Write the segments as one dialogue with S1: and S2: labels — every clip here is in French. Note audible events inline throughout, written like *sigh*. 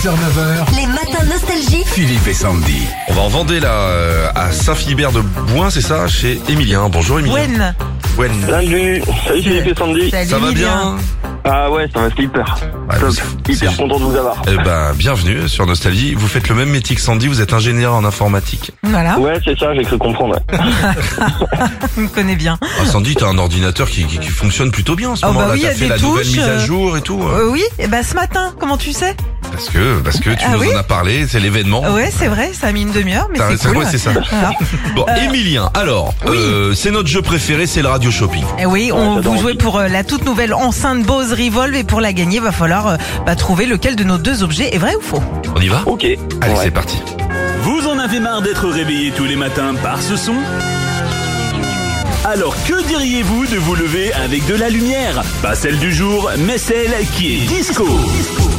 S1: 6h-9h,
S2: Les matins nostalgiques.
S1: Philippe et Sandy.
S3: On va en Vendée là euh, à Saint-Philibert de Bouin, c'est ça, chez Emilien. Bonjour Emilien.
S4: Gwen.
S3: Gwen.
S5: Salut, salut Philippe et Sandy.
S4: Salut,
S3: Ça va bien
S4: Emilien.
S5: Ah ouais, ça va, c'était hyper.
S3: Ouais,
S5: Top.
S3: c'est-
S5: Hyper
S3: c'est-
S5: content de vous avoir.
S3: Eh ben bienvenue sur Nostalgie. Vous faites le même métier que Sandy, vous êtes ingénieur en
S4: *laughs*
S3: informatique.
S4: Voilà,
S5: Ouais, c'est ça, j'ai cru comprendre. ouais.
S4: on me connaît bien.
S3: Ah, Sandy, t'as un ordinateur qui, qui- qui fonctionne plutôt bien en ce
S4: Ah, bah
S3: moment-là.
S4: oui, il y
S3: t'as
S4: a
S3: fait
S4: des
S3: la nouvelle
S4: touches,
S3: mise à
S4: euh,
S3: jour et tout. euh,
S4: Euh, oui, et bah ce matin, comment tu sais
S3: Parce que parce que tu
S4: Ah
S3: nous
S4: oui Ah
S3: en as parlé, c'est l'événement.
S4: Ouais, c'est vrai, ça a mis une demi-heure, mais
S3: T'as-
S4: c'est
S3: c'est-
S4: cool.
S3: ouais, c'est ça.
S4: Voilà.
S3: Bon,
S4: Euh.
S3: Emilien, alors, euh, c'est notre jeu préféré, c'est le radio shopping.
S4: Et Eh oui, on
S5: Ouais, j'adore
S4: vous jouez
S5: aussi.
S4: pour euh, la toute nouvelle enceinte Bose Revolve et pour la gagner, va falloir euh, bah, trouver lequel de nos deux objets est vrai ou faux.
S3: On y va
S5: Ok.
S3: Allez,
S5: Oh. Ouais.
S3: c'est parti.
S6: Vous en avez marre d'être réveillé tous les matins par ce son alors que diriez-vous de vous lever avec de la lumière Pas celle du jour, mais celle qui est disco.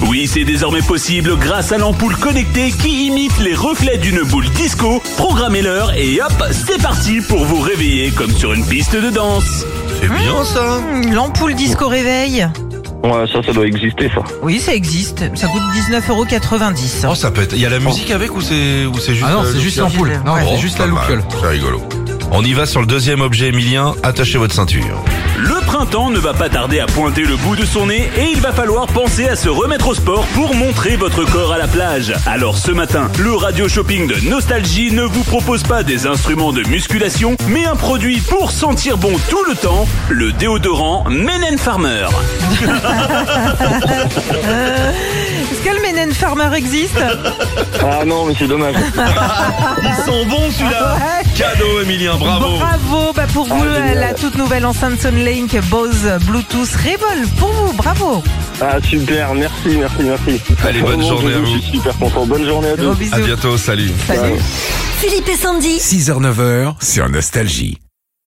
S6: Oui, c'est désormais possible grâce à l'ampoule connectée qui imite les reflets d'une boule disco. Programmez l'heure et hop, c'est parti pour vous réveiller comme sur une piste de danse.
S3: C'est bien ça.
S4: Hmm, L'ampoule disco réveil.
S5: Ouais, ça, ça doit exister, ça.
S4: Oui, ça existe. Ça coûte 19,90
S3: Oh,
S4: euros.
S3: ça peut être. Il y a la musique avec ou c'est ou c'est juste
S1: Ah non,
S3: euh,
S1: c'est
S3: le
S1: juste
S3: pire
S1: l'ampoule. Non,
S4: Ouais.
S1: c'est
S3: Oh,
S1: juste la
S3: pas mal.
S1: loucule.
S3: C'est rigolo. On y va sur le deuxième objet, Emilien. Attachez votre ceinture.
S6: Le printemps ne va pas tarder à pointer le bout de son nez et il va falloir penser à se remettre au sport pour montrer votre corps à la plage. Alors ce matin, le radio shopping de Nostalgie ne vous propose pas des instruments de musculation, mais un produit pour sentir bon tout le temps, le déodorant Menen Farmer.
S4: Est-ce que le Menen Farmer existe
S5: Ah non, mais
S3: *laughs*
S5: c'est dommage.
S3: Ils sont bons celui-là.
S4: Ouais.
S3: Cadeau, Emilien. Bravo.
S4: Bravo, bah pour vous, euh, la toute nouvelle enceinte Sunlink Bose Bluetooth Revolve pour vous, bravo.
S5: Ah super, merci, merci, merci.
S3: Allez, bonne
S5: Vraiment,
S3: journée à
S5: je
S3: vous.
S5: Je suis super content. Bonne journée à tous.
S4: Gros
S3: À
S4: bisous.
S3: bientôt. Salut.
S4: Salut.
S2: Philippe et Sandy.
S1: 6h-9h sur Nostalgie.